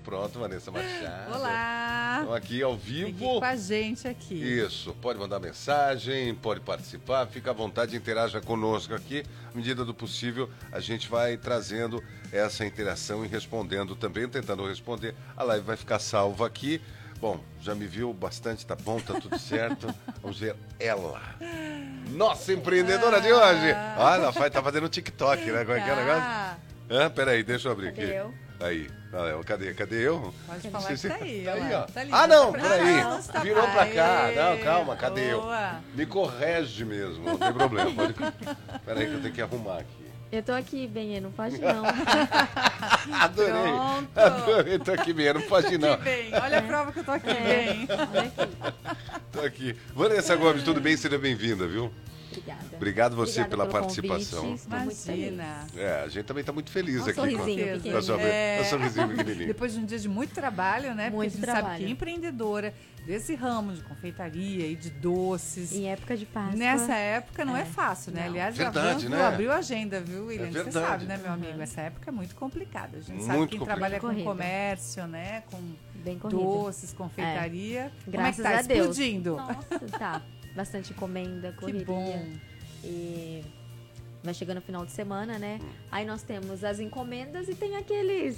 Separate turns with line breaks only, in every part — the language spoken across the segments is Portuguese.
Pronto, Vanessa Machado.
Olá!
Estamos aqui ao
Aqui
vivo.
com a gente aqui.
Isso, pode mandar mensagem, pode participar, fica à vontade, interaja conosco aqui. À medida do possível, a gente vai trazendo essa interação e respondendo também, tentando responder. A live vai ficar salva aqui. Bom, já me viu bastante, tá bom, tá tudo certo. Vamos ver ela. Nossa empreendedora de hoje. Ah, ela faz, tá fazendo TikTok, né? Como é que é o negócio?
Ah,
Hã? Peraí, deixa eu abrir
Cadê
aqui.
eu?
Aí. Ah, eu- cadê? Cadê eu?
Pode falar que tá aí.
Tá
olha
aí,
lá.
ó.
Tá ali,
ah, não,
tá pra-
peraí.
Ah, não, você tá-
Virou pra cá.
Aê,
Não, calma, cadê
boa.
eu? Me corrige mesmo, não tem problema. Pode... Peraí que eu tenho que arrumar aqui.
Eu tô aqui, Benê, não pode não.
Adorei.
Pronto.
Adorei, tô aqui mesmo, não pode não.
Que bem, olha a prova que eu tô aqui
É.
bem.
Olha aqui.
Tô aqui. Vanessa Gomes, tudo bem? Seja bem-vinda, viu?
Obrigada.
Obrigado você
Obrigada
pela
pelo
participação.
convite, estou muito
Imagina.
feliz.
É, a gente também tá muito feliz
Dá um
aqui.
sorrisinho
com...
pequenininho.
Dá só-
É.
dá um sorrisinho pequenininho.
Depois de um dia de muito trabalho, né? Porque
Muito
a gente sabe
trabalho.
que é empreendedora desse ramo de confeitaria e de doces.
Em época de Páscoa.
Nessa época não é,
É,
fácil, né?
não.
Aliás, a
Verdade,
Randall
né?
abriu a agenda, viu, William? Você
verdade.
sabe, né, meu
Uhum.
amigo? Essa época é muito complicada. A gente sabe
Muito
quem
complicado.
trabalha com
Corrido.
comércio, né? Com
Bem corrido.
doces, confeitaria. Como é que
Graças
tá?
a Deus.
Explodindo.
Nossa, tá. Bastante encomenda, correria.
que bom.
E vai chegando o final de semana, né?
Hum.
Aí nós temos as encomendas e tem aqueles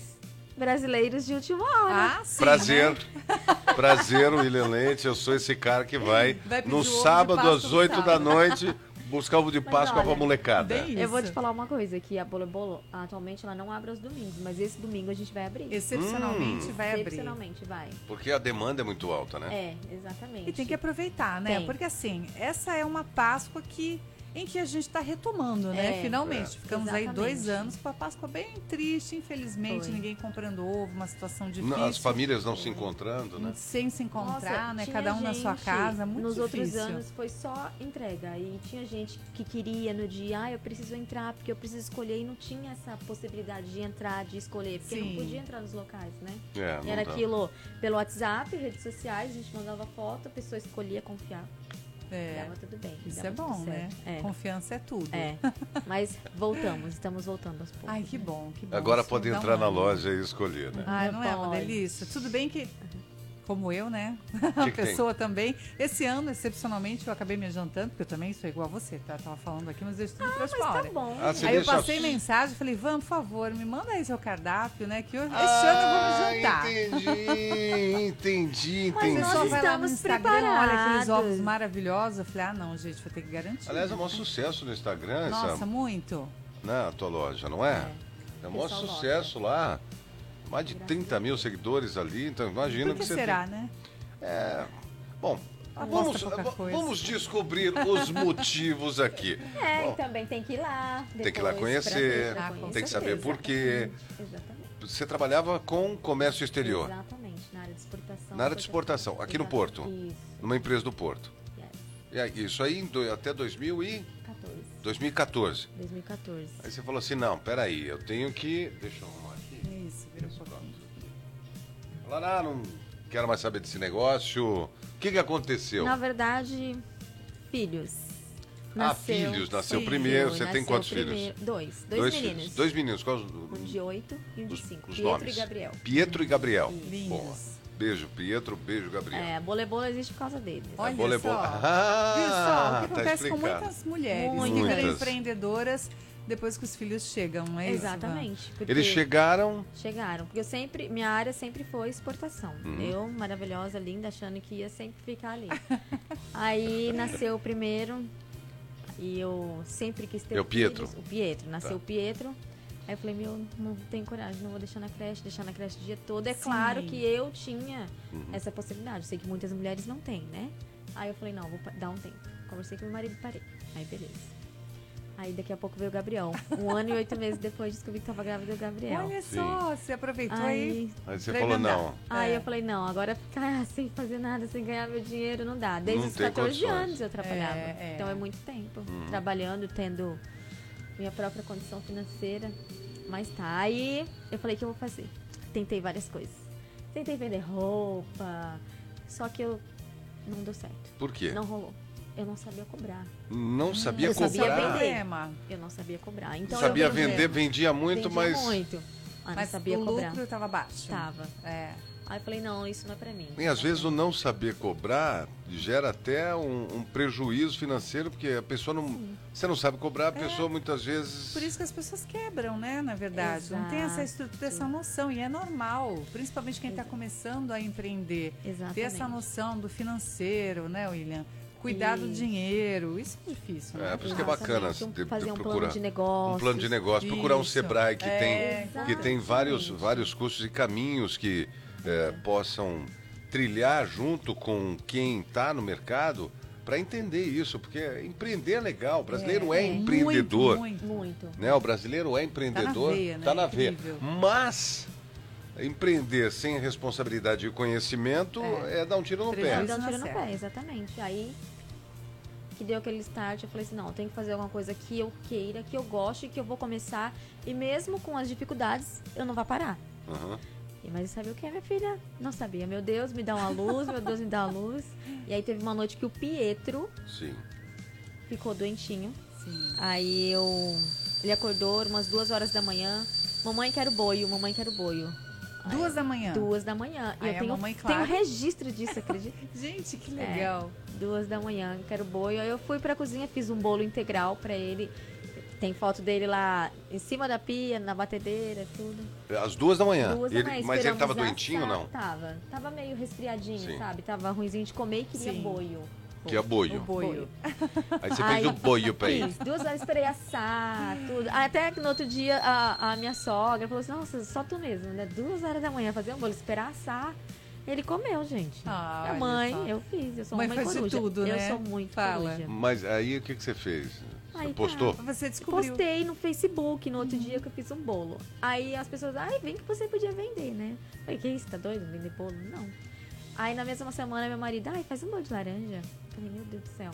brasileiros de última hora.
Ah, sim.
Prazer. Prazer, William Lente. Eu sou esse cara que vai,
Vai pedir um
no
ovo de
sábado
Páscoa
às
no
8 da
sábado.
noite buscar ovo de
Mas
Páscoa
olha,
pra molecada.
Bem isso.
Eu vou te falar uma coisa, que a Bolo Bolo, atualmente, ela não abre aos domingos, mas esse domingo a gente vai abrir.
Excepcionalmente vai abrir.
Excepcionalmente vai.
Porque a demanda é muito alta, né?
É, exatamente.
E tem que aproveitar, né?
Tem.
Porque assim, essa é uma Páscoa que em que a gente está retomando, né?
É.
Finalmente. Ficamos aí dois
Exatamente.
anos com a Páscoa bem triste, infelizmente,
Foi.
ninguém comprando ovo, uma situação É difícil.
Não, As famílias não se encontrando, né?
Sem se encontrar,
Nossa,
né?
tinha
Cada um na sua
gente-
casa, muito
Nos
difícil.
outros anos foi só entrega. E tinha gente que queria no dia, ah, eu preciso entrar, porque eu preciso escolher. E não tinha essa possibilidade de entrar, de escolher, porque
Sim.
não podia entrar nos locais, né?
É, não
Era
dá.
aquilo pelo WhatsApp, redes sociais, a gente mandava foto, a pessoa escolhia confiar.
É,
Dava tudo bem.
isso
dava
é
tudo
bom, né?
certo.
Confiança é tudo.
É. é. Mas voltamos, estamos voltando aos poucos.
Ai, que bom, que bom.
Agora
Isso
pode
dá um
entrar na
ânimo.
loja e escolher, né?
Ai, não é uma
Pode.
delícia? Tudo bem que, como eu, né?
que
A
tem?
pessoa também. Esse ano, excepcionalmente, eu acabei me adiantando, porque eu também sou igual a você, tá? Eu tava falando aqui, mas eu estudo ah,
Mas tá bom.
Ah, você
Aí eu
deixa-
passei mensagem, falei, Van, por favor, me manda aí seu cardápio, né? Que hoje,
Ah,
este ano eu vou me jantar. é
Entendi, entendi,
Mas
entendi.
A pessoa
nós
vai lá no
estamos
Instagram, olha aqueles
preparados.
ovos maravilhosos. Eu falei, ah, não, gente, vou ter que garantir.
Aliás, é um maior sucesso no Instagram,
Nossa,
essa,
muito.
né, a tua loja, não é? É, um maior
Pessoal
sucesso lá. Mais de 30 mil seguidores ali, então imagina
Por que
que você
será, né?
Bom, vamos,
Aposta pouca
va-
coisa.
vamos descobrir os motivos aqui.
É,
Bom,
e também tem que ir lá.
Tem que ir lá
depois, pra
conhecer,
ver, pra
Ah, com
conhecer.
tem que saber por quê.
Exatamente.
Você trabalhava com comércio exterior,
Exatamente, na área de exportação.
Na área de
Foi-
exportação, aqui no
Exato-
Porto.
Isso,
numa empresa do Porto.
yes.
E aí, Isso aí em do- até 2000 e
14,
2014.
2014.
Aí você falou assim, não, peraí, eu tenho que... Deixa eu arrumar aqui.
Isso, vira um pouquinho.
Falar, ah, não quero mais saber desse negócio. O que, que aconteceu?
Na verdade, filhos.
Ah, filhos, nasceu
Sim,
primeiro. Você tem
nasceu
quantos
primeiro. Dois, dois, meninos.
filhos. Dois meninos. Quais os,
Um de oito e um de
os,
cinco.
os
Pietro
nomes?
e Gabriel.
Pietro e Gabriel.
Lindos.
Boa. Beijo, Pietro. Beijo, Gabriel.
É, a bolebola existe por causa deles.
Olha
É bola, é
só.
bola.
Viu só? O
tá
que acontece com
explicado.
muitas mulheres que
Muitas.
viram empreendedoras depois que os filhos chegam, não é isso, Van?
Exatamente. porque-
Eles chegaram.
Chegaram, porque eu sempre, minha área sempre foi exportação.
Uhum.
Eu, maravilhosa, linda, achando que ia sempre ficar ali. Aí nasceu o primeiro e eu sempre quis ter
É o Pietro?
filhos. O Pietro, nasceu
Tá.
o Pietro. Aí eu falei, meu, não tenho coragem, não vou deixar na creche, deixar na creche o dia todo. É
Sim.
claro que eu tinha
Uhum.
essa possibilidade. Eu sei que muitas mulheres não têm, né? Aí eu falei, não, vou pa- dar um tempo. Conversei com meu marido e parei. Aí beleza. Aí daqui a pouco veio o Gabriel. Um ano e oito meses depois descobri que tava grávida do Gabriel.
Olha
Sim.
só, você aproveitou aí.
Aí,
Aí você
Pra
falou,
emendar.
não.
aí
É.
eu falei, não, agora ficar sem fazer nada, sem ganhar meu dinheiro, não dá. Desde
Não
os
tem
14
condições.
anos eu trabalhava.
É, é.
Então é muito tempo. Trabalhando, tendo minha própria condição financeira. Mas tá, aí eu falei o que eu vou fazer. Tentei várias coisas. Tentei vender roupa, só que eu não deu certo.
Por quê?
Não rolou. Eu não sabia cobrar.
Não sabia
Eu
comprar.
sabia vender.
é Problema.
Eu não sabia cobrar. Então eu
sabia
vendia.
vender, vendia muito,
Vendia
mas
muito. Ah, não
Mas
sabia
o
cobrar. Tá.
lucro estava baixo.
Tava.
É.
Aí eu falei, não, isso não é pra mim.
E às vezes o não saber cobrar gera até um, um prejuízo financeiro, porque a pessoa não. Você não sabe cobrar, a pessoa muitas vezes.
É, Por isso que as pessoas quebram, né? Na verdade, não tem essa estrutura, essa noção. E é normal, principalmente quem está começando a empreender. Ter essa
Exatamente.
noção do financeiro, né, William? Cuidar do
Isso.
dinheiro. Isso é difícil, né?
É, por isso que é bacana
Exatamente.
de- de
Fazer um plano
procurar
de negócios.
um plano de negócio, procurar um
Isso.
Sebrae que
É,
tem que tem vários vários cursos e caminhos que é, possam trilhar junto com quem está no mercado para entender isso, porque empreender é legal, o brasileiro é, empreendedor,
Muito, muito.
Muito.
né? O brasileiro é empreendedor,
veia, né?
tá na veia.
Incrível.
Mas empreender sem responsabilidade e conhecimento é, dar um tiro no pé.
Prejuízo.
Então,
não
tiro no
acerta.
pé, exatamente. Aí que deu aquele start, eu falei assim, não, tem que fazer alguma coisa que eu queira, que eu goste, que eu vou começar. E mesmo com as dificuldades, eu não vou parar.
Aham.
E, Mas você sabia o que é, minha filha? Não sabia. Meu Deus, me dá uma luz, meu Deus, me dá uma luz. E aí teve uma noite que o Pietro
Sim.
ficou doentinho.
Sim.
Aí eu. Ele acordou umas duas horas da manhã. Mamãe, quero boio, mamãe, quero boio.
Duas da manhã.
Duas da manhã. E
Ah. Aí
eu
a
tenho,
mamãe,
tenho um
claro.
registro disso, acredita?
Gente, que legal.
Duas da manhã, quero boi. Aí eu fui pra cozinha, fiz um bolo integral pra ele. Tem foto dele lá em cima da pia, na batedeira, tudo.
Às duas da manhã.
Duas
É, Ele-
da manhã,
mas ele
esperamos
estava
assar.
doentinho ou não?
Tava. Tava meio resfriadinho,
Sim.
sabe? Tava ruimzinho de comer e queria
Sim.
boio.
Que é boio.
O boio.
Aí você
Aí-
fez o boio pra ele.
Fiz. Duas horas esperei assar, tudo. Até que no outro dia a, a minha sogra falou assim: Nossa, só tu mesmo, né? Duas horas da manhã fazer um bolo, esperar assar. Ele comeu, gente.
Ah,
a
olha
mãe,
só.
eu fiz. Eu sou
Mãe
uma
faz de
coruja.
tudo,
eu
né?
sou muito
Fala.
coruja.
Mas aí o que, que você fez? Você
Aí tá.
postou?
Você descobriu.
Postei no Facebook no outro dia que eu fiz um bolo. Aí as pessoas, ai, vem que você podia vender, né? Eu Falei, que isso, tá doido? Vender bolo? Não. Aí na mesma semana meu marido, ai, faz um bolo de laranja. Eu Falei, meu Deus do céu.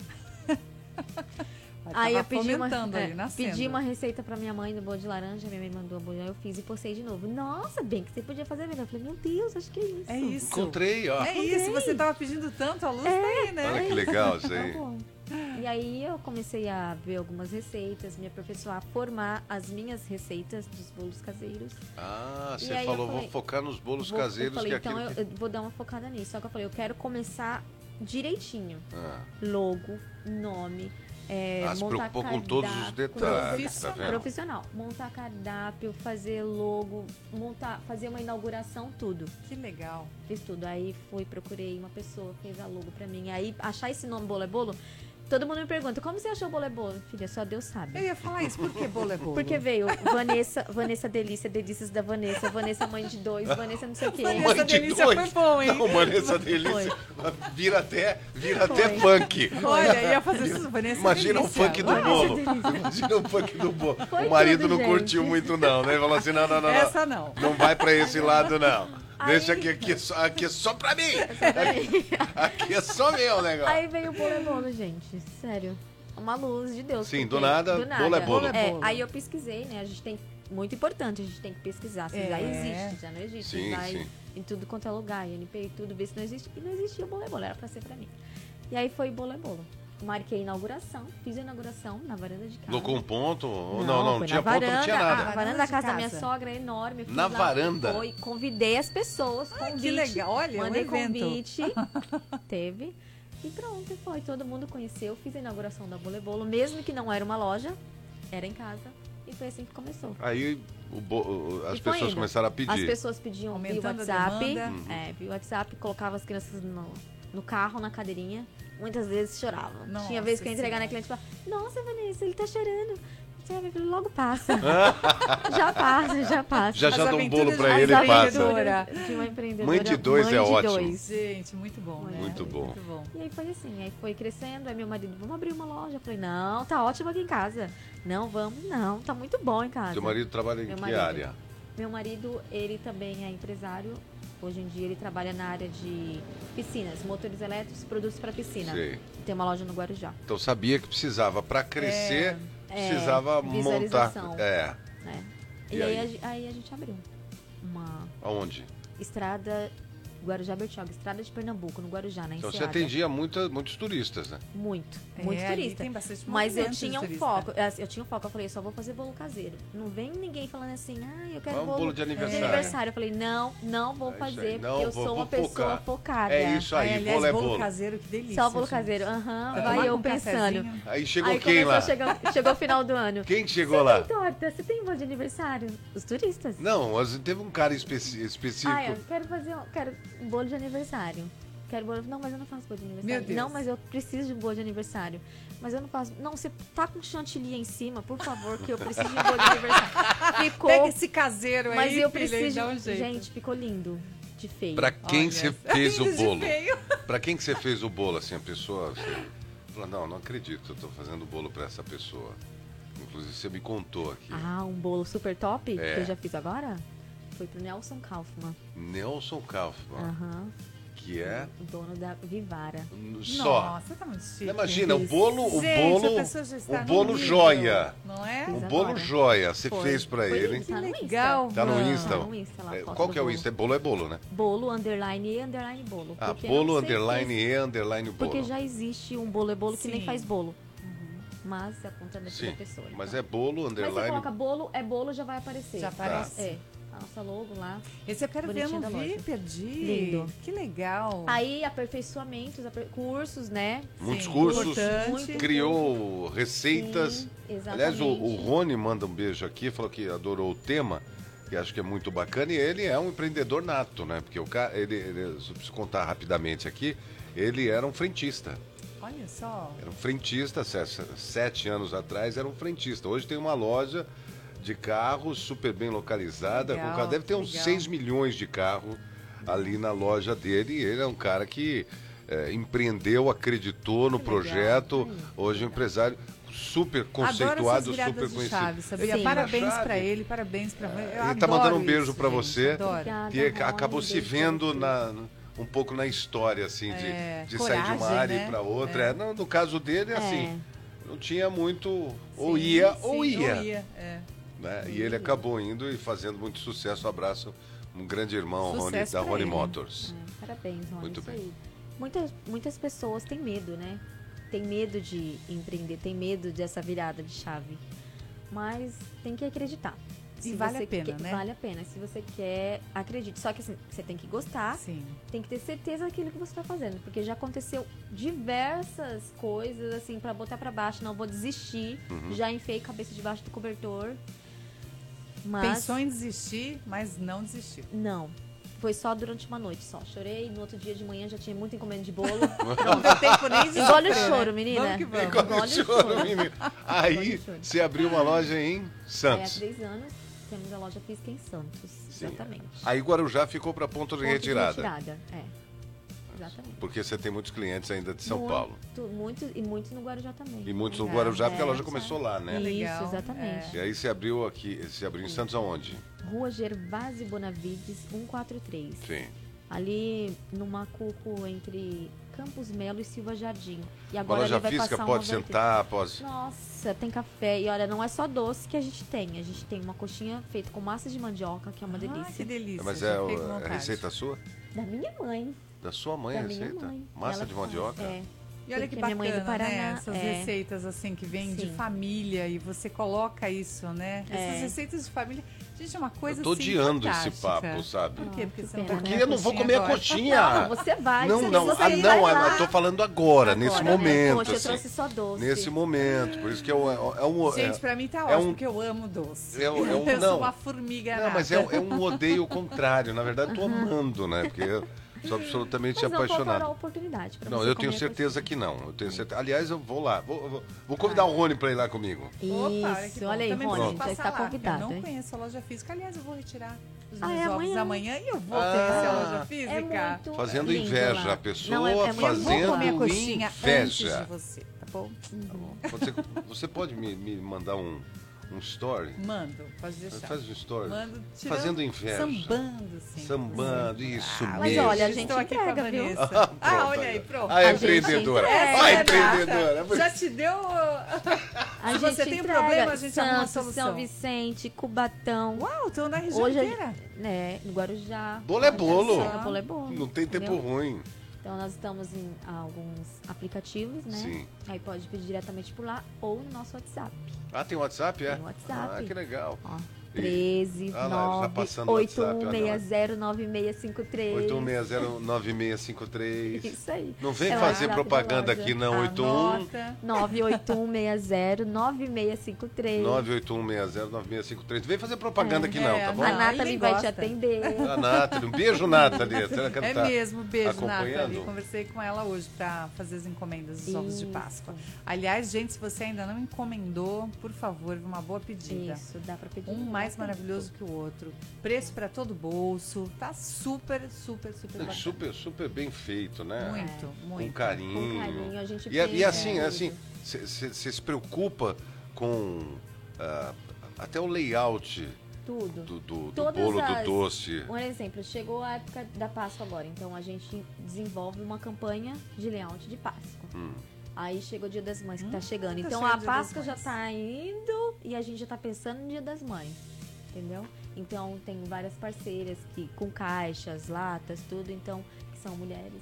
Aí
aí
tava
eu pedi uma,
fomentando
é,
ali, nascendo.
pedi uma receita pra minha mãe do bolo de laranja, minha mãe mandou um bolo, aí eu fiz e postei de novo. Nossa, bem que você podia fazer melhor. Eu falei, meu Deus, acho que é isso.
É isso.
Encontrei, ó.
É isso, você tava pedindo tanto, a luz tá aí, né?
Olha que legal isso
Tá
aí.
bom. E aí eu comecei a ver algumas receitas, me aperfeiçoar, a formar as minhas receitas dos bolos caseiros.
Ah,
E aí
você
eu
falou,
falei-
vou focar nos bolos
Vou-
caseiros
eu falei,
que é
então
aquilo
eu,
que...
eu vou dar uma focada nisso. Só que eu falei, eu quero começar direitinho.
Ah,
Logo, nome, é,
Ah, se
montar
preocupou
cardápio.
com todos os detalhes, tá
profissional.
vendo?
Profissional. Montar cardápio, fazer logo, montar, fazer uma inauguração, tudo.
Que legal.
Fiz tudo. Aí fui, procurei uma pessoa, fez a logo pra mim. Aí achar esse nome Bolo é Bolo, todo mundo me pergunta, como você achou Bolo é Bolo? Filha, só Deus
Eu
sabe.
ia falar isso, porque bolo é bolo.
Porque veio Vanessa, Vanessa Delícia, Delícias da Vanessa, Vanessa mãe de dois, Vanessa não sei o quê.
Vanessa
Mãe de
delícia
dois.
foi bom, hein?
Não, mano, essa delícia vira até, vira
Foi.
até funk.
Olha,
é
ia fazer isso, Vanessa.
Imagina um
delícia.
funk do
Olha,
bolo. Imagina um funk do bolo.
Foi
o marido
tudo,
não curtiu
gente.
muito não, né? Ele Falou assim, não, não, não, não.
Essa não.
Não vai pra esse lado, não.
Aí-
Deixa aqui, aqui, é só, aqui é só pra mim. Aqui é só meu negócio.
Aí veio o bolo é bolo, gente. Sério. Uma luz de Deus.
Sim,
porque-
do nada, bolo é bolo.
Bolo é bolo.
aí eu pesquisei, né? A gente tem. Muito importante, a gente tem que pesquisar. Se
É.
já existe, já não existe.
Sim,
vai
sim.
em tudo quanto é lugar, INP e tudo, ver se não existe. E não existia bolo é bolo, era pra ser pra mim. E aí foi bolo é bolo. Marquei a inauguração, fiz a inauguração na varanda de casa.
Colocou um ponto? Ou não, não,
foi
tinha
na
ponto,
varanda,
não tinha
A
nada.
varanda
Varanda
da
de
casa da
casa.
minha sogra é enorme. eu fui
Na
lá,
varanda?
Foi, convidei as pessoas, convite.
Ah, que legal, olha, um
Mandei
evento.
convite, teve. E pronto, foi. Todo mundo conheceu, fiz a inauguração da Bolebolo, mesmo que não era uma loja, era em casa. E foi assim que começou.
Aí o bo- o- as
E foi
pessoas
indo.
começaram a
As
pedir. Uhum.
pessoas pediam via
Aumentando a
WhatsApp,
demanda.
é, via WhatsApp, colocava as crianças no, no carro, na cadeirinha. Muitas vezes choravam.
Nossa
Tinha vezes que eu ia entregar na
Senhora.
cliente e falava, nossa, Vanessa, ele tá chorando. Sabe, Logo passa. já passa, já passa.
Já já
As
dá um bolo
aventuras
pra
de
ele
uma
e passa.
empreendedora.
De uma empreendedora.
Mãe de dois é ótimo.
Gente, muito bom, né?
Muito bom.
Muito bom.
E aí foi assim, aí foi crescendo, aí meu marido, vamos abrir uma loja. Eu falei, não, tá ótimo aqui em casa. Não, vamos, não, tá muito bom em casa.
Seu marido trabalha em
Meu
que
marido.
área?
Meu marido, ele também é empresário. Hoje em dia ele trabalha na área de piscinas, motores elétricos, produtos para é piscina.
Sei.
Tem uma loja no Guarujá.
Então sabia que precisava. Pra crescer,
É,
precisava montar.
visualização.
É.
Né?
E
E, aí,
aí?
a ge- aí a gente abriu uma
Aonde?
estrada Guarujá Bertioga, estrada de Pernambuco, no Guarujá, na
Então você
Enseada.
atendia muita, muitos turistas, né?
Muito,
É,
muito
ali
turista.
tem bastante
Mas eu
movimento de
tinha um
turista.
foco, eu- eu tinha um foco, eu falei, eu só vou fazer bolo caseiro. Não vem ninguém falando assim, ah, eu quero
Vamos bolo de
de
aniversário.
aniversário. Eu falei, não, não vou
É isso aí,
fazer,
não
porque eu
vou-
sou uma
vou focar.
pessoa focada.
É isso aí,
Ai, aliás,
bolo é
bolo,
bolo.
caseiro, que delícia.
Só bolo
gente.
caseiro, aham,
Tomar
vai
com
eu
um
pensando.
cafezinho.
Aí chegou
Aí
quem
começou
lá?
a chegar- chegou o final do ano.
Quem que chegou
Você
lá?
tem torta? Você tem bolo de aniversário? Os turistas.
Não, tipo- mas teve um cara especi- específico.
Ah, eu quero fazer um, quero um bolo de aniversário. Quero bolo. Não, mas eu não faço bolo de aniversário.
Meu Deus.
Não, mas eu preciso de um bolo de aniversário. Mas eu não faço. Não, você tá com chantilly em cima, por favor, que eu preciso de um bolo de aniversário. Ficou.
Pega esse caseiro
mas
aí,
eu
filha, e
preciso.
dá um jeito.
Gente, ficou lindo. De feio.
Pra quem
Olha,
você fez o
filhos de
bolo?
feio.
Pra quem que você fez o bolo, assim, a pessoa... Você... falou, Não, não acredito, eu tô fazendo bolo pra essa pessoa. Inclusive, você me contou aqui.
Ah, um bolo super top
É.
que eu já fiz agora? Foi pro Nelson Kaufman.
Nelson Kaufman,
Aham.
que é
O dono da Vivara.
n- só...
Nossa, tá muito chique.
Imagina, o
Isso.
bolo, o
Gente,
bolo,
a pessoa já está
o
no
bolo
nível,
joia.
Não é?
O
Fiz
bolo
agora.
joia, você
Foi.
fez pra
Foi
ele.
Tá no Insta.
legal.
Tá no
Mano.
Insta?
Tá no Insta lá,
É,
foto
Qual
do
que é o
bolo.
Insta? Bolo é bolo, né?
Bolo, underline e underline bolo.
Ah,
porque
bolo,
não sei
underline
quem-
e underline bolo.
Porque já existe um bolo é bolo que nem
Sim. Uhum.
faz bolo. Mas é a conta da
Sim,
pessoa. então.
mas é bolo,
Mas você
underline...
coloca bolo, é bolo, já vai aparecer.
Já aparece.
É, a nossa logo lá.
Esse eu quero ver, eu
Bonitinho
não
da
vi,
loja.
perdi.
Lindo.
Que legal.
Aí, aperfeiçoamentos, aper- cursos, né?
Muitos
Sim,
cursos,
importante.
muito-
criou receitas.
Sim, exatamente.
Aliás, o, o Rony manda um beijo aqui, falou que adorou o tema, que acho que é muito bacana. E ele é um empreendedor nato, né? Porque o cara, ele, ele- só preciso contar rapidamente aqui, ele era um frentista.
Olha só.
Era um frentista, se- se- sete anos atrás era um frentista. Hoje tem uma loja de carros super bem localizada. com
Legal,
carro- deve ter uns
legal.
6 milhões de carro ali na loja dele. E ele é um cara que eh, empreendeu, acreditou no
Que legal.
projeto.
Hum,
Hoje é um empresário super
adoro essas
conceituado, super
viradas de
conhecido.
chave, sabia?
Sim.
Parabéns pra
Chave.
ele, parabéns pra mim.
ele tá mandando um beijo pra você.
Adoro.
Obrigada,
E ac-
Rony,
é, acabou se
beijo pra
vendo
você.
na- um pouco na história, assim, de,
É,
de sair de uma
coragem,
área
né?
e para outra. É, não, no caso dele, é assim, não tinha muito. Ou
Sim,
ia,
sim,
ou ia.
é.
né? E ele acabou indo e fazendo muito sucesso. Um abraço, um grande irmão,
Sucesso
Rony, da
pra
Rony
ele. Hum,
Motors.
É, parabéns, Rony.
Muito
isso
bem.
aí. Muitas, muitas pessoas têm medo, né? Tem medo de empreender, tem medo dessa virada de chave. Mas tem que acreditar.
E vale
você
a pena,
quer-
né?
Vale a pena. Se você quer, acredite. Só que assim, você tem que gostar,
Sim.
tem que ter certeza daquilo que você tá fazendo. Porque já aconteceu diversas coisas, assim, para botar para baixo. Não, vou desistir.
Uhum.
Já enfiei cabeça debaixo do cobertor. Mas...
Pensou em desistir, mas não desistiu.
Não. Foi só durante uma noite só. Chorei, no outro dia de manhã já tinha muito encomenda de bolo. é,
Não deu tempo nem de
Engole o
sofrer,
choro,
né?
menina.
Vamos que vamos.
Engole-
Olha o
choro.
choro, menino. Aí
Olha o choro.
você abriu uma loja em
Aí, há
É,
Santos.
três anos, temos a loja física em Santos.
Sim.
Exatamente.
Aí Guarujá ficou para ponto de
Ponto de
retirada.
retirada, É. Exatamente.
Porque você tem muitos clientes ainda de São
Muito-
Paulo.
Muito, e muitos no Guarujá também.
E muitos no
É,
Guarujá, porque a
é,
loja
sabe?
começou lá, né?
Legal,
Isso, exatamente.
E aí você abriu aqui, você abriu em Santos aonde?
Rua Gervásio Bonavides, 143.
É. Sim.
Ali no Macuco, entre Campos Melo e Silva Jardim. E
Uma
agora
loja
ali vai
física,
passar
pode
uma vertente.
sentar, pode.
Nossa, tem café. E olha, não é só doce que a gente tem. A gente tem uma coxinha feita com massa de mandioca, que é uma
Ah, que
delícia.
delícia.
Mas
já
é
fiquei com
a
vontade.
receita sua?
Da minha mãe.
Da sua mãe a
da minha
receita?
mãe.
Massa
Ela
de
faz,
mandioca?
É.
E olha
Porque
que bacana,
minha mãe é do Paraná,
né? Essas
é.
receitas assim que vêm de
Sim.
família e você coloca isso, né? Essas
É.
receitas de família. Gente, é uma coisa
Eu tô
assim,
odiando esse
fantástica.
papo, sabe?
Por quê? Porque você
Ah,
não
que
tá
pena,
Porque
né?
comendo
eu não vou
coxinha
comer a
agora.
coxinha.
Não, Ah, você vai.
Ah, Não,
você
não,
você
ah,
vai
não,
lá.
eu tô falando agora, nesse
Agora, né?
momento.
Poxa, eu trouxe
assim,
só doce.
nesse momento. Por isso que é um. É um
Gente, pra mim tá
É
ótimo,
um-
porque eu amo doce.
é um- é um-
eu
não.
sou uma formiga
não, mas é,
nata.
um- é um odeio contrário. Na verdade, eu tô amando, né? Porque eu sou absolutamente
Uhum. Mas não vou dar a
apaixonado.
oportunidade pra
Não,
você
eu tenho
comer assim. a
certeza que não. Eu tenho certeza. Aliás, eu vou lá. Vou, vou- vou convidar
Tá.
o Rone pra ir lá comigo.
coxinha.
Opa, olha que
Isso,
bom.
olha aí,
Também preciso
Rony, já
passar
está
lá,
convidado,
Eu não
hein?
conheço a loja física. Aliás, eu vou retirar os
Ah,
meus
é
ovos
amanhã?
amanhã e eu vou
Ah,
conhecer a loja
É
física.
muito
Fazendo
lindo
inveja
lá.
à pessoa,
é- é muito
Eu vou comer a
fazendo
coxinha
inveja.
antes de você, tá bom?
Você, você pode me, me mandar um, um story?
Mando, pode deixar.
Faz um story.
Mando, tirando,
Fazendo inveja.
Sambando, assim.
Sambando, isso
Ah,
Mas
mesmo.
olha, a gente
Estou aqui com a
entrega, viu?
Vanessa. ah,
Pronto,
olha aí, pronto.
A
A gente
empreendedora.
entrega.
a
Essa é
empreendedora.
Renata. Já te deu...
A
Se
gente
você tem um
entrega
problema, a gente
Santos,
arruma uma solução.
São Vicente, Cubatão.
Uau, tô na região
Hoje,
inteira.
a- né, no Guarujá.
Bolo é bolo.
Olha só, Bolo é bolo.
Não tem tempo
entendeu?
ruim.
Então nós estamos em alguns aplicativos, né?
Sim.
Aí pode pedir diretamente por lá ou no nosso WhatsApp.
Ah, tem WhatsApp, é?
Tem WhatsApp.
Ah, que legal.
Ó,
E-
13
Ah lá, já
9
passando o WhatsApp, olha lá.
81609653.
81609653.
Isso aí.
Não vem
É o
fazer
WhatsApp da
propaganda
loja. Ah,
aqui,
Ah,
não. 81
Anota.
981609653.
981609653. Vem fazer propaganda aqui, não,
É,
tá
a
bom?
A
Nathalie
Nathalie vai te
gosta.
atender.
A Nathalie. Um beijo, Nathalie. Será que ela
É
tá-
mesmo, beijo,
acompanhando?
Nathalie. Conversei com ela hoje para fazer as encomendas dos ovos de
Isso.
Páscoa. Aliás, gente, se você ainda não encomendou, por favor, uma boa pedida.
Isso, dá pra pedir.
Um mais maravilhoso que o outro. Preço para todo bolso. Tá super, super, super
Tá
bacana.
Super, super bem feito, né?
Muito,
É.
muito.
Com carinho.
Com carinho, a gente
E, a- e
pensa,
assim,
né,
assim,
Guido?
você se preocupa com ah, até o layout
Tudo.
do, do- do
Todas
bolo,
as-
do doce.
Um exemplo, chegou a época da Páscoa agora, então a gente desenvolve uma campanha de layout de Páscoa.
Hum.
Aí chega o Dia das Mães que tá chegando.
tá
então
chegando
a
o Dia das
Páscoa já
Mães.
tá indo e a gente já tá pensando no Dia das Mães, entendeu? Então tem várias parceiras que com caixas, latas, tudo, então que são mulheres.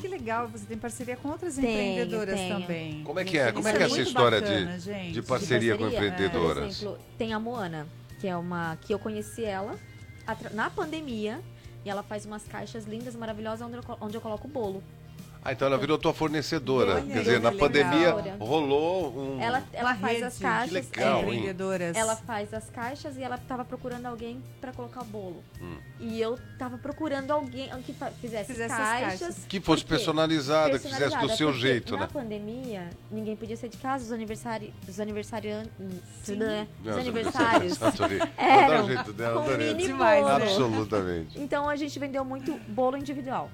Que legal, você tem parceria com outras
Tenho,
empreendedoras
tenho.
também.
Como é que é?
Isso
Como é
é
que é essa
muito
história
bacana,
de,
gente.
de
De
parceria com
parceria, né? Por
empreendedoras?
exemplo, tem a Moana, que é uma que eu conheci ela atra- na pandemia e ela faz umas caixas lindas, maravilhosas onde eu, co- onde eu coloco o bolo.
Ah, então ela virou tua fornecedora.
Olha
Quer
aí,
dizer,
que
na
legal.
pandemia
Fornecedora.
rolou um.
Ela, ela
Uma
faz
rede.
as
Que
caixas.
legal,
é,
hein?
empreendedoras.
Ela faz as caixas e ela tava procurando alguém pra colocar o bolo.
Hum.
E eu tava procurando alguém que fa- fizesse,
Fizesse as
caixas.
caixas.
Que fosse
Por quê?
personalizada, que fizesse do
Personalizada,
seu
porque
jeito,
na
né?
pandemia, ninguém podia sair de casa, os aniversários. Os aniversariantes.
Sim.
Os aniversários.
Adorei. Adorei o
Eram
um jeito dela,
com
adorei.
mini
Demais, né?
bolo.
Absolutamente.
Então a gente vendeu muito bolo individual.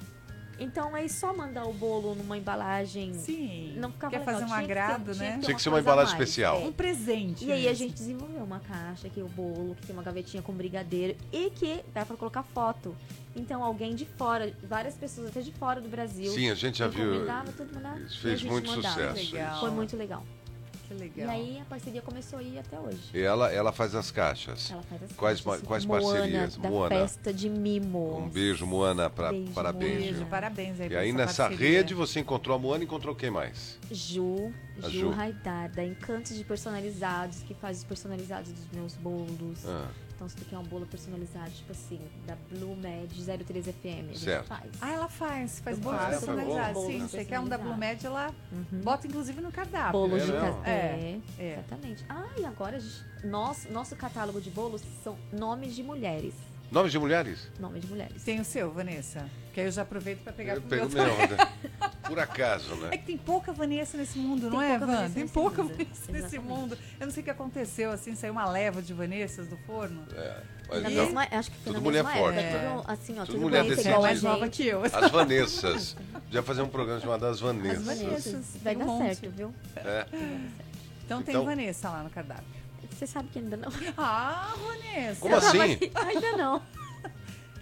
Então aí só mandar o bolo numa embalagem.
Sim.
Não ficava
Quer
legal.
fazer um
Tinha que ser-
agrado,
tinha
né?
Tinha que ser uma
uma coisa a
embalagem
mais.
especial.
É.
Um presente.
E aí a
mesmo.
gente desenvolveu uma caixa, que é o bolo, que tem uma gavetinha com brigadeiro e que dá pra colocar foto. Então alguém de fora, várias pessoas até de fora do Brasil.
Sim, a gente já viu.
encomendava, tudo mandava,
Isso
e a
fez
gente
muito
mandava.
sucesso.
Que legal.
isso.
Foi muito legal.
Que legal.
E aí a parceria começou a ir até hoje.
E ela, ela faz as caixas.
Ela faz as
Quais
caixas.
pa- quais
Moana,
parcerias?
Da
Moana.
festa de mimo.
Um beijo, Moana. Pra,
Beijo,
parabéns.
Beijo,
viu?
parabéns aí
E
pra
aí
essa
nessa
parceria.
rede você encontrou a Moana e encontrou quem mais?
Ju,
A
Ju,
Ju.
Raidar, da Encantos de Personalizados, que faz os personalizados dos meus bolos.
Ah,
Então, se tu quer um bolo personalizado, tipo assim, da Blue Med 03 FM, a
Certo.
gente faz.
Ah, ela faz, faz
Eu
bolo
faço. Ah, é, faz
personalizado.
bolo
Sim, você quer um da Blue Med, ela
Uhum.
bota inclusive no cardápio.
Bolos
É
Ah, de
mesmo?
café. É,
É.
exatamente. Ah, e agora, a gente, nós- nosso catálogo de bolos são nomes de mulheres.
Nomes de mulheres?
Nomes de mulheres.
Tem o seu, Vanessa. Que aí eu já aproveito pra pegar
Eu
pro
pego
meu.
meu, né? Por acaso,
É
né?
que tem pouca Vanessa nesse mundo,
Tem
não é,
pouca
Van?
Vanessa
tem
nesse
pouca
mundo,
Vanessa nesse
exatamente.
mundo. Eu não sei o que aconteceu, assim, saiu uma leva de Vanessas do forno.
É. Mas
Na
então,
mesma, acho que foi
tudo
na
mulher
mesma
forte,
época.
né?
Tudo, assim, ó,
Tudo
tudo,
mulher
bonita,
decente,
igual a
mais
né?
nova
gente.
que eu.
As Vanessas. Já fazer um programa chamado As Vanessas.
As Vanessas.
Vai
Tem um
dar
monte.
certo, viu?
É.
Então tem
Então-
Vanessa lá no cardápio.
Você sabe que ainda não.
Ah, Vanessa!
Como assim?
Ainda não.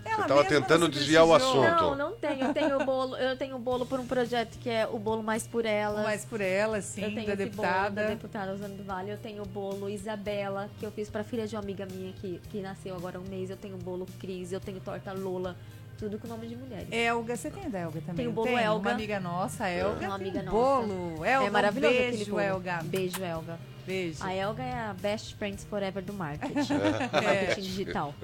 Ela
tava
mesma
tentando
não se
desviar o
prestigiou.
assunto.
Não, não tenho. Eu tenho o bolo, eu tenho o bolo por um projeto que é o bolo mais por elas.
Mas por ela, sim,
eu tenho
da
esse
deputada.
bolo da deputada Osana do Vale, eu tenho o bolo Isabela, que eu fiz pra filha de uma amiga minha que, que nasceu agora há um mês, eu tenho o bolo Cris, eu tenho torta Lola, tudo com nome de mulheres.
Elga, você tem da Elga também?
Tem o
não
bolo
tem?
Elga.
Uma amiga nossa,
É.
a Elga.
Uma
tem
amiga nossa.
bolo. Elga,
é maravilhoso
um
aquele
beijo,
bolo.
Elga.
Beijo, Elga.
Beijo.
A Elga é a Best Friends Forever do marketing, do marketing digital.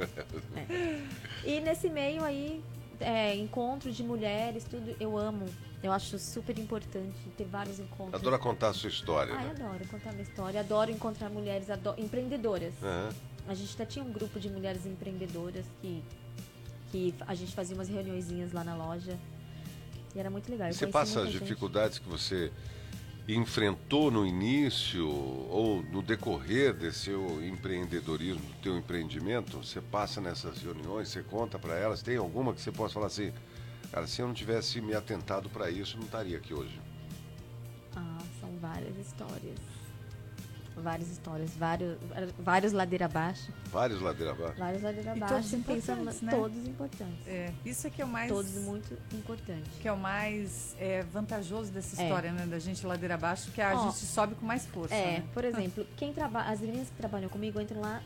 É. E nesse meio aí, é, encontro de mulheres, tudo, eu amo. Eu acho super importante ter vários encontros.
Adora contar a sua história,
Ai,
né?
adoro contar minha história, adoro encontrar mulheres adoro- empreendedoras.
Aham.
A gente até tinha um grupo de mulheres empreendedoras que, que a gente fazia umas reuniõezinhas lá na loja. E era muito legal. Eu
Você
conheci
passa
muita
as
gente.
dificuldades que você enfrentou no início ou no decorrer desse seu empreendedorismo, do teu empreendimento? Você passa nessas reuniões, você conta para elas? Tem alguma que você possa falar assim, cara, se eu não tivesse me atentado para isso, eu não estaria aqui hoje.
Ah, são várias histórias. várias histórias, vários, vários ladeira abaixo.
Vários ladeira abaixo.
Vários ladeira
E
abaixo.
todos
pensando-
importantes, né?
Todos importantes.
É, isso é que é o mais
Todos muito importantes.
que é o mais é, vantajoso dessa
É.
história, né? Da gente ladeira abaixo, que é a
Ó,
gente sobe com mais força.
É,
né?
por exemplo, quem trabalha, as meninas que trabalham comigo entram lá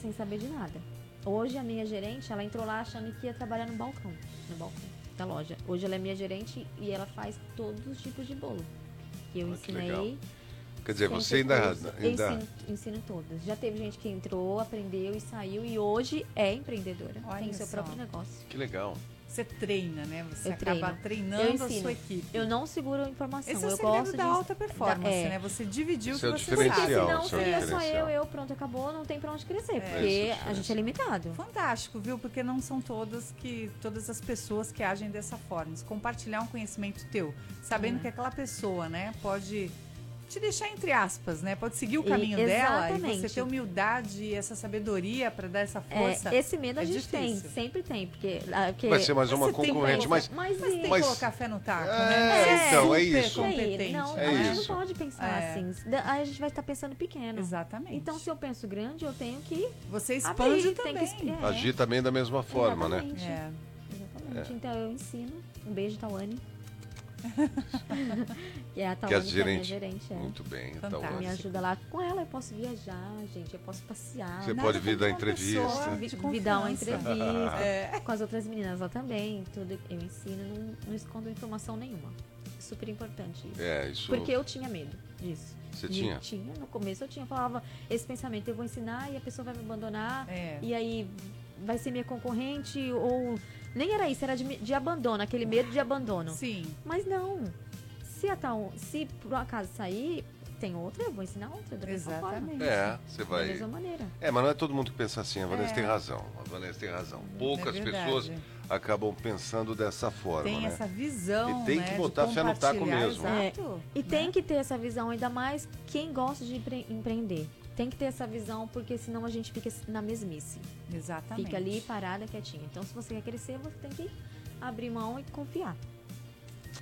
sem saber de nada. Hoje a minha gerente, ela entrou lá achando que ia trabalhar no balcão, no balcão da loja. Hoje ela é minha gerente e ela faz todos os tipos de bolo. Que eu
Ah, que
ensinei.
legal. Quer dizer,
Tem
você ainda,
certeza.
ainda,
Eu ensino, ensino todas. Já teve gente que entrou, aprendeu e saiu e hoje é empreendedora.
Olha
tem o seu
só.
próprio negócio.
Que legal.
Você treina, né? Você
Eu
acaba
treino. Eu
treinando a
ensino.
sua equipe.
Eu não seguro a informação.
Esse é o
eu
segredo
gosto
da
de
alta performance,
é.
né? Você dividir o
Isso é
que
o
você
Porque
diferencial.
sabe.
senão
seu
seria só
diferencial.
eu, eu, pronto, acabou, não tem pra onde crescer.
Esse é o
Porque a gente é
diferencial.
limitado.
Fantástico, viu? Porque não são todas que todas as pessoas que agem dessa forma. Se Compartilhar um conhecimento teu,
É.
sabendo que aquela pessoa, né, pode te deixar entre aspas, né? Pode seguir o
E-
caminho dela e você
exatamente.
ter humildade e essa sabedoria pra dar essa
É,
força.
esse medo a
é
gente
difícil.
tem, sempre tem. Porque, ah, porque
Vai ser mais uma
Você tem
concorrente,
que-
mas
Mas
né?
tem
Mas-
que colocar fé no taco,
É,
né? Você
então, é
super
isso.
isso aí,
competente, né?
não,
É
a gente
isso.
não pode pensar
É.
assim. Da- Aí a gente vai estar pensando pequeno.
Exatamente.
Então, se eu penso grande, eu tenho que
Você expande
abrir,
também.
tem que é.
agir também da mesma forma, né?
Exatamente,
É.
Exatamente. Então eu ensino. Um beijo, Tawane. que é a Tawane,
Que
que é
as
a minha
gerente.
gerente. é.
Muito bem,
Fantástico.
então.
Me
olha.
ajuda lá. Com ela eu posso viajar, gente. Eu posso passear.
Você
Nada
pode vir
como
dar
uma
entrevista.
pessoa
Vi-
de
vi dar uma
confiança.
entrevista
É.
com as outras meninas lá também. Tudo eu ensino, não, não escondo informação nenhuma. Super importante isso.
É, isso
Porque eu tinha medo disso.
você
De-
tinha.
Tinha, no começo eu tinha. Eu falava esse pensamento, eu vou ensinar e a pessoa vai me abandonar.
É.
E aí vai ser minha concorrente ou... Nem era isso, era de, de abandono, aquele medo de abandono.
Sim.
Mas não. Se, a tal, se por um acaso sair, tem outra, eu vou ensinar outra da mesma forma.
Exatamente.
É, você
Da
vai.
mesma maneira.
É, mas não é todo mundo que pensa assim. A Vanessa
É.
tem razão. A Vanessa tem razão. Poucas
verdade.
pessoas acabam pensando dessa forma,
Tem
né?
essa visão.
E tem
né,
que
de
botar fé no taco
compartilhar,
mesmo.
Exato,
É. E
né?
tem que ter essa visão, ainda mais quem gosta de empre- empreender. Tem que ter essa visão, porque senão a gente fica na mesmice.
Né? Exatamente.
Fica ali parada, quietinha. Então, se você quer crescer, você tem que abrir mão e confiar.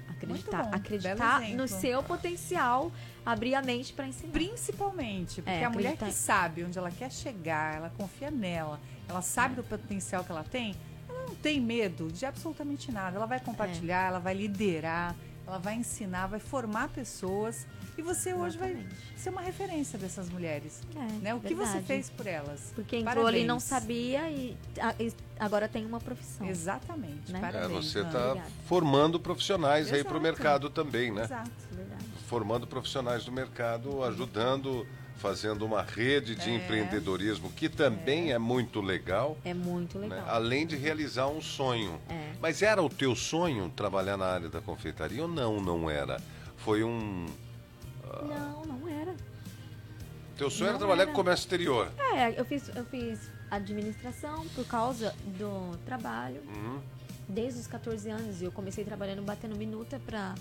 Acreditar,
bom,
acreditar
belo exemplo.
no seu potencial, abrir a mente para ensinar.
Principalmente, porque
É,
a mulher que
acreditar.
sabe onde ela quer chegar, ela confia nela, ela sabe do potencial que ela tem, ela não tem medo de absolutamente nada. Ela vai
É.
compartilhar, ela vai liderar, ela vai ensinar, vai formar pessoas. E você hoje vai
Exatamente.
ser uma referência dessas mulheres.
É,
né? O que você
verdade.
fez por elas.
Porque entrou
Parabéns.
ali e não sabia e a- e agora tem uma profissão.
Exatamente.
Então, Né?
É,
Parabéns.
você
Ana.
está
Obrigada.
formando profissionais aí para o
Exato.
mercado também, né?
Exato.
é Verdade.
Formando profissionais do mercado, ajudando, fazendo uma rede de
É.
empreendedorismo, que também é, muito legal,
É muito
né?
legal.
além de realizar um sonho.
É.
Mas era o teu sonho trabalhar na área da confeitaria ou não? Não era. Foi um.
Não, não era.
Teu sonho era
Não
trabalhar
era.
com comércio exterior.
É, eu fiz, eu fiz administração por causa do trabalho.
Uhum.
Desde os 14 anos eu comecei trabalhando batendo minuta pra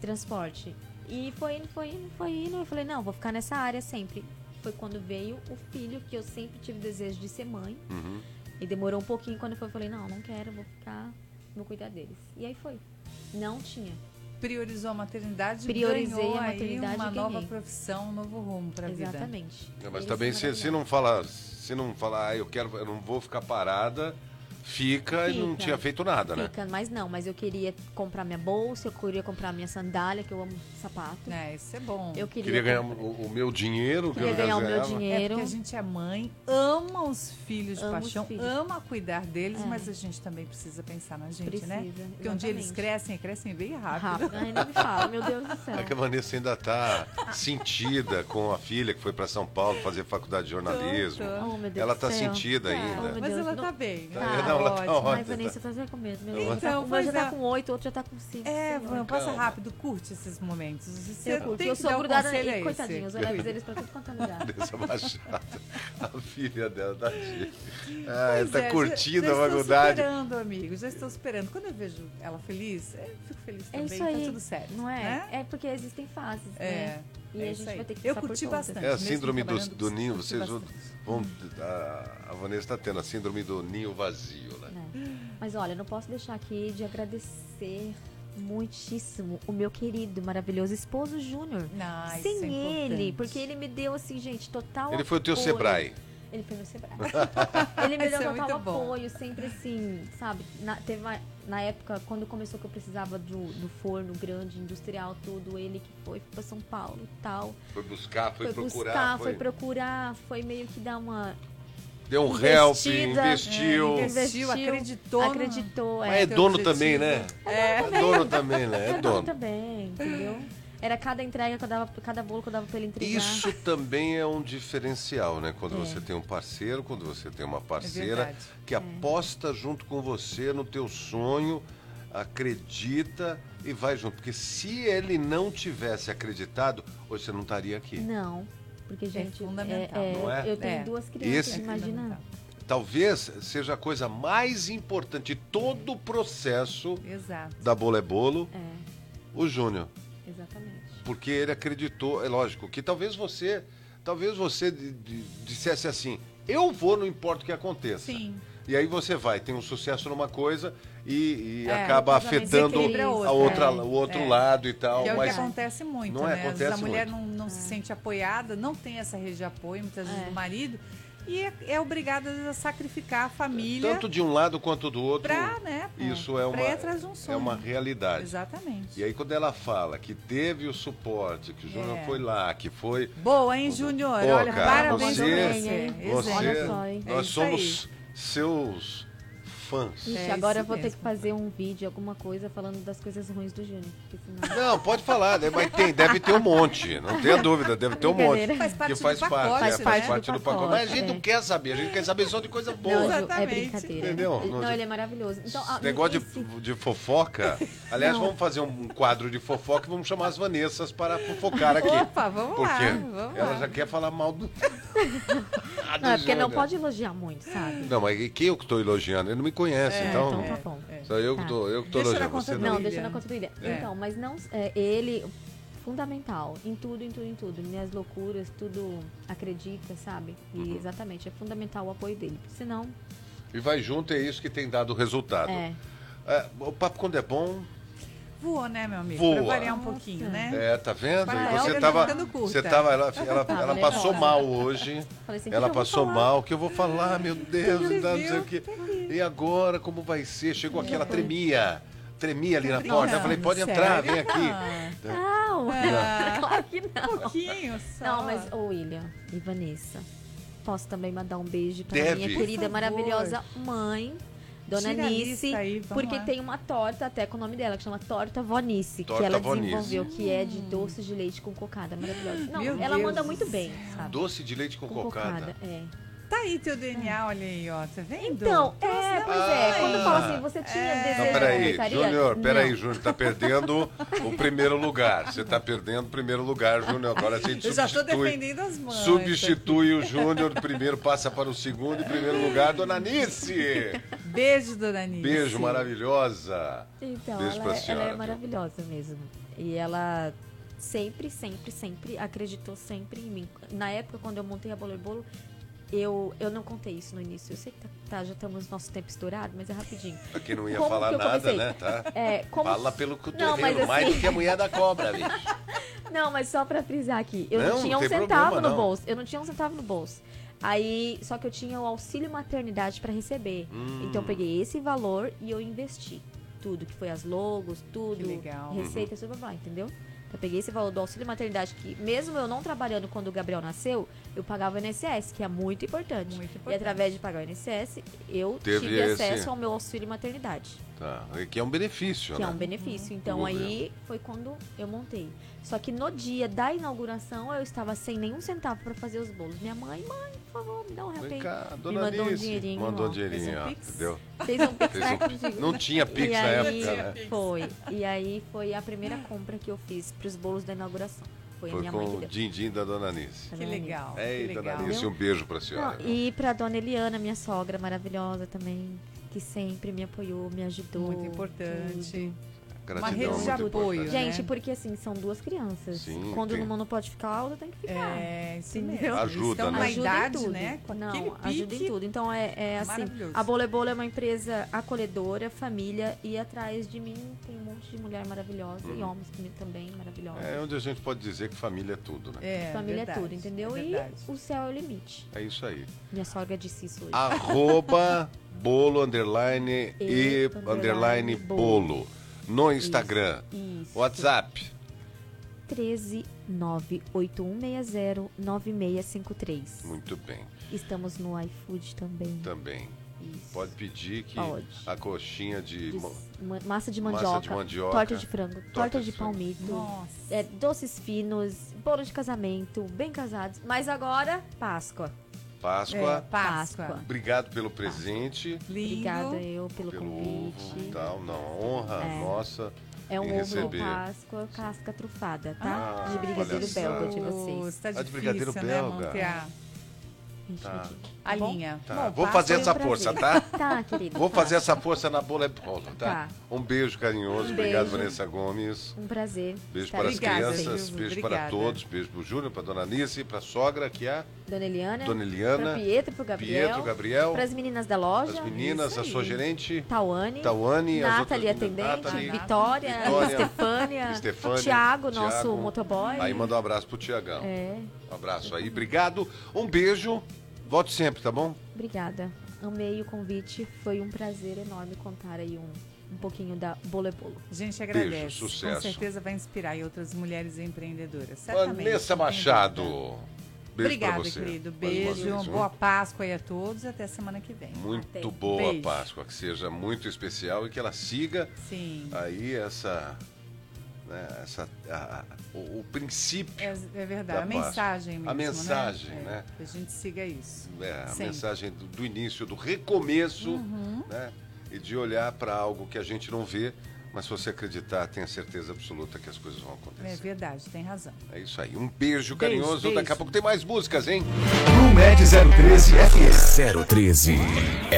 transporte. E foi indo, foi indo, foi indo. Eu falei, não, vou ficar nessa área sempre. Foi quando veio o filho que eu sempre tive desejo de ser mãe.
Uhum.
E demorou um pouquinho quando foi, eu falei, não, não quero, vou ficar, vou cuidar deles. E aí foi. Não tinha.
Priorizou a maternidade
Priorizei
ganhou
a
aí
maternidade
uma
e
nova
ganhei.
profissão, um novo rumo para a vida.
Exatamente.
É, Mas
Eles
também se,
são
se
maravilhosos.
não falar, se não falar, ah, eu quero, eu não vou ficar parada, fica, e não
Fica.
tinha feito nada, né?
Fica, mas não, mas eu queria comprar minha bolsa, eu queria comprar minha sandália, que eu amo sapato.
É, isso é bom.
Eu queria,
Queria ganhar um
comprar-
o, o meu dinheiro, que
queria
eu
ganhar o meu
ganhava.
É
dinheiro.
porque a gente é mãe, ama os filhos de
Ama os
paixão,
filhos.
ama cuidar deles,
É.
mas a gente também precisa pensar na gente,
Precisa,
né? Porque um dia eles
exatamente. Ah,
crescem, e crescem bem rápido.
Rápido. Ai, não me fala, meu Deus do céu.
É que a Vanessa ainda tá sentida com a filha que foi para São Paulo fazer faculdade de jornalismo.
Tô,
Oh, meu Deus
Ela
do
tá
céu.
sentida
Tá.
ainda.
meu
Mas
Deus,
ela
não-
tá bem. né?
Tá,
não, ela tá
ótimo.
ótima.
Ai, Vanessa, eu tô até com medo. Meu Deus,
Então,
tá, uma já
pois
tá
é.
com oito, outro já tá com cinco.
É,
Senhora.
Van, passa
Calma.
rápido, curte esses momentos. Você
eu curto.
tem
Eu
que
sou
dar o
grudada
conselho é
nele,
esse.
coitadinhos. Eu levo eles pra tudo quanto é lugar.
Vanessa Machado, a filha dela, tadinha. Ah,
Pois
tá
é, já-
curtindo a
já
faculdade.
Estou esperando, amigo, já estou esperando. Quando eu vejo ela feliz, eu fico feliz
É
também,
isso aí.
tá tudo certo.
Não é?
né?
É porque existem fases,
É,
né? E
é
a
isso
gente
aí.
vai ter que
Eu
passar por
curti
todas.
bastante.
É a
Mesmo
síndrome do,
trabalhando
do
com
ninho,
curti
vocês vão,
bastante.
vão- a, a Vanessa está tendo a síndrome do ninho vazio, né?
né? Mas olha, eu não posso deixar aqui de agradecer muitíssimo o meu querido, maravilhoso esposo Júnior.
Ah, isso
Sem
é
ele,
importante.
porque ele me deu, assim, gente, total
Ele foi o teu
apoio.
Sebrae.
Ele foi meu Sebrae. ele me deu
Isso é
total
muito bom.
apoio, sempre assim, sabe? Na, teve uma- na época, quando começou que eu precisava do, do forno grande, industrial, tudo, ele que foi, foi pra São Paulo e tal.
Foi buscar, foi, procurar.
buscar, foi...
foi...
procurar, foi meio que dar uma.
Deu um help,
Investida.
investiu.
É, investiu, acreditou no-
Acreditou,
Mas
é.
é
teu
dono
objetivo.
também, né?
É.
É dono também, né? É
Eu dava
dono.
também, entendeu? Era cada entrega que eu dava, cada bolo que eu dava pra ele entregar.
Isso também é um diferencial, né? Quando
É.
você tem um parceiro, quando você tem uma parceira
verdade.
que aposta junto com você no teu sonho, acredita e vai junto. Porque se ele não tivesse acreditado, hoje você não estaria aqui.
Não, porque, gente,
É fundamental.
é- é-
Não é?
eu tenho
É.
duas crianças,
Esse-
imagina.
Talvez seja a coisa mais importante de todo o processo
Exato.
da Bolo é Bolo,
É,
o Júnior.
exatamente.
porque ele acreditou, é lógico, que talvez você, talvez você de- de- dissesse assim, eu vou, não importa o que aconteça.
Sim.
E aí você vai, tem um sucesso numa coisa e, e
É,
acaba
mas também
afetando
desequilibra
a
outra,
outra,
né?
o outro
É.
lado e tal.
Que é o que
mas
acontece muito,
Não é,
né? Às vezes
acontece
a mulher
muito.
não, não se sente apoiada, não tem essa rede de apoio, muitas vezes,
É.
do marido, e é, é obrigada às vezes, a sacrificar a família
tanto de um lado quanto do outro,
pra, né?
isso é
pra ir
uma,
atrás de um sonho.
é uma realidade.
Exatamente.
E aí quando ela fala que teve o suporte, que o Júnior
É.
foi lá, que foi...
Boa, hein, Júnior?
Pô,
Olha,
cara,
parabéns
você- é
pra você.
Você,
Exemplo.
Olha só, hein?
É
nós
isso
somos seus fãs.
Ixi,
É
agora
isso
eu vou ter
mesmo.
que fazer um vídeo, alguma coisa, falando das coisas ruins do Júnior. porque senão-
Não, pode falar, né? mas tem, deve ter um monte, não tenha dúvida, deve ter um monte.
Brincadeira.
Faz parte
que faz
do pacote,
parte,
né?
é, faz
Faz
parte do pacote. Mas a gente
é.
não quer saber, a gente quer saber só de coisa
Não,
boa.
Ju, é
Exatamente.
brincadeira.
Entendeu?
Ele- Não,
Nós-
ele é maravilhoso. Então, ah,
Esse negócio
esse-
de, de fofoca. Aliás,
Não.
vamos fazer um quadro de fofoca e vamos chamar as Vanessas para fofocar aqui.
Opa, vamos lá.
Porque
Vamos
ela
lá.
já quer falar mal do.
Não, é porque não
Júnior. né?
pode elogiar muito, sabe?
Não, mas quem eu que estou elogiando? Ele não me conhece, então.
então tá bom.
é.
Só eu que
Tá.
estou eu que tô
Deixa na
elogiando. Você
conta
não.
Não,
Brilha.
deixa na conta do William.
É.
Então, mas não. é, ele, fundamental. Em tudo, em tudo, em tudo. Minhas loucuras, tudo acredita, sabe? E
Uhum.
exatamente, é fundamental o apoio dele. Senão,
E vai junto, é isso que tem dado resultado.
é.
É, o papo quando é bom,
Voou, né, meu amigo?
Voa.
Pra variar um pouquinho, né?
É, tá vendo?
Para
E
ela,
você
tá
tava,
ficando curta. Tá
você tava, ela, ela,
tava,
ela
né?
passou
Não.
mal hoje.
Falei assim, o que
Ela
que eu vou
passou
falar?
mal, o que eu vou falar, meu Deus, tá, não sei o
viu?
quê. E agora, como vai ser? Chegou aqui, ela tremia, tremia ali na
brincando,
porta. Eu falei, pode entrar, vem
sério?
aqui.
Ah,
Não!
Ah.
claro que não.
um pouquinho só.
Não, mas, ô William e Vanessa, posso também mandar um beijo pra
Deve.
minha
Por
querida,
favor.
maravilhosa mãe, Dona
Tira a
Nice,
lista aí, vamos
porque
lá.
tem uma torta até com o nome dela, que chama Torta Vonice, que
Torta
ela
Vó Nice.
desenvolveu, que é de doce de leite com cocada, maravilhosa. Não,
Hum. Meu
ela
Deus
manda
do
muito bem, sabe?
É, Doce de leite com,
Com
cocada.
cocada, é.
Tá aí teu DNA, olha aí, ó. Tá vendo?
Então, é, pois é,
Ah.
quando fala assim, você tinha
É.
Não,
desejo de
peraí,
confeitaria?
Júnior, peraí,
Não.
Júnior, tá perdendo o primeiro lugar. Você tá perdendo o primeiro lugar, Júnior. Agora a gente
Eu já tô
substitui.
defendendo as mães.
Substitui o Júnior, primeiro passa para o segundo e primeiro lugar, Dona Nice.
Beijo, dona Nice.
Beijo maravilhosa.
Então,
Beijo
ela,
pra
é-
senhora,
ela é
viu?
maravilhosa mesmo. E ela sempre, sempre, sempre acreditou sempre em mim. Na época, quando eu montei a Bolo e Bolo, eu, eu não contei isso no início. Eu sei que tá, tá, já estamos nosso tempo estourado, mas é rapidinho.
Pra quem não ia
Como
falar
que eu
nada,
comecei?
né? Tá?
É, como-
Fala pelo cotovelo,
Não, mas assim-
mais do que a mulher da cobra, bicho.
Não, mas só pra frisar aqui, eu não,
Não, não
tinha um
tem
centavo
problema,
no
não.
bolso. Eu não tinha um centavo no bolso. Aí, só que eu tinha o auxílio maternidade pra receber.
Hum.
Então eu peguei esse valor e eu investi tudo, que foi as logos, tudo,
Que legal.
Uhum.
receitas, tudo blá, blá, entendeu? Eu peguei esse valor do auxílio maternidade que mesmo eu não trabalhando quando o Gabriel nasceu, eu pagava o INSS, que é muito importante.
Muito
E
importante.
através de pagar o INSS, eu
Teve
tive
esse-
acesso ao meu auxílio maternidade.
Tá, é que é um benefício,
Que é
né?
um benefício. Então
Boa,
aí foi quando eu montei. Só que no dia da inauguração eu estava sem nenhum centavo para fazer os bolos. Minha mãe, mãe, por favor, me dá um
Vem
repente.
cá,
Me
dona
mandou um
Alice.
dinheirinho,
mandou um
ó.
dinheirinho,
Fez um
ó,
pix.
entendeu?
Fez um pix,
Fez
né,
um-
contigo?
Não tinha pix
e
na
aí,
época, né?
Foi. E aí foi a primeira compra que eu fiz para os bolos da inauguração. Foi, a
Foi
minha mãe
com
que
o
deu.
din-din da dona Alice.
Tá
Que
vendo?
legal.
Ei,
que
dona
legal.
Alice, um beijo pra senhora.
Não, e pra dona Eliana, minha sogra maravilhosa também, que sempre me apoiou, me ajudou.
Muito importante.
tudo.
Gratidão,
rede de
muito
apoio,
importante.
né?
Gente, porque assim, são duas crianças.
Sim,
Quando
tem-
uma não pode ficar, a outra tem que ficar.
É, isso
Entendeu?
mesmo. Eles
Ajuda,
estão
né?
na
Ajuda em
idade,
tudo.
né? Com
Não,
aquele
ajuda
pique.
em tudo. Então é, é assim,
Maravilhoso.
a Bolebola é uma empresa acolhedora, família, e atrás de mim tem um monte de mulher maravilhosa e homens comigo também maravilhosos.
Hum. É onde a gente pode dizer que família é tudo, né?
É,
família
verdade,
é tudo, entendeu?
é
e
verdade.
o céu é o limite.
É isso aí.
Minha sogra disse isso
Ah,
hoje.
Arroba bolo underline e
E
underline
underline
bolo. No Instagram.
Isso.
WhatsApp.
13 98160 9653.
Muito bem.
Estamos no iFood também.
Também.
Isso.
Pode pedir que
Pode.
a coxinha de.
De
mo-
ma- massa de
massa de
mandioca,
mandioca,
torta de frango, torta,
de
de,
frango.
palmito,
Nossa.
é, doces finos, bolo de casamento, bem casados. Mas agora, Páscoa.
Páscoa.
É, Páscoa.
Páscoa.
Obrigado pelo presente.
Lindo.
Obrigada eu pelo,
Pelo
convite.
ovo e tal. Não, honra
É.
nossa.
É um
em
ovo
receber.
Páscoa, casca trufada, tá?
Ah,
de brigadeiro
olha
belga
só.
de vocês.
Tá
Ah, de
difícil,
brigadeiro
né,
belga.
manter a,
Gente,
Tá.
gente.
a
bom?
linha.
Tá,
Bom,
vou
passa-
fazer
foi um
essa
prazer.
força, tá?
Tá, querido.
Vou
tá.
fazer essa força na bola é bola, tá?
Tá.
Um beijo carinhoso.
Um
Obrigado,
beijo.
Vanessa Gomes.
Um prazer.
Beijo
estar
para
aqui
as
Obrigada,
com
crianças,
vocês.
Silvio.
beijo para
Obrigada.
todos, beijo pro Júnior, pra Dona Alice, pra sogra, que é
Dona Eliana.
Dona Eliana,
Pro Pietro, pro Gabriel.
Pietro, Gabriel,
Pras meninas da loja.
as meninas,
Isso
a sua
aí.
gerente,
Tauane.
Tauane, as
Nathalie,
outras meninas,
atendente.
Nathalie.
Vitória.
Vitória.
Estefânia.
Estefânia,
Tiago, nosso
Tiago.
motoboy.
Aí manda um abraço pro Tiagão.
É.
Um abraço aí, obrigado, um beijo, volte sempre, tá bom?
Obrigada. Amei o convite. Foi um prazer enorme contar aí um, um pouquinho da Bolebolo.
A gente
Beijo,
agradece.
sucesso.
Com certeza vai inspirar e outras mulheres empreendedoras. Certamente.
Vanessa
não tem
Machado,
dúvida.
beijo pra
Obrigada,
você.
querido.
Mais uma
Beijo.
vez, viu?
boa Páscoa aí a todos e até semana que vem.
Muito
Até.
boa
Beijo.
Páscoa, que seja muito especial e que ela siga
Sim.
aí essa... né, essa a- a- o, o princípio
É, é verdade.
Da
a
Páscoa.
mensagem mesmo,
A mensagem,
né? É,
né?
que a gente siga isso.
É, a
Sempre.
mensagem do, do início, do recomeço, né? E de olhar para algo que a gente não vê, mas se você acreditar, tenha certeza absoluta que as coisas vão
É
acontecer.
verdade, tem razão.
É, isso aí. Um beijo carinhoso.
beijo.
Daqui a pouco tem mais músicas, hein?
Promed 013 FM. 013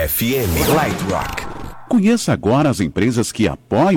FM Light Rock.
Conheça agora as empresas que apoiam.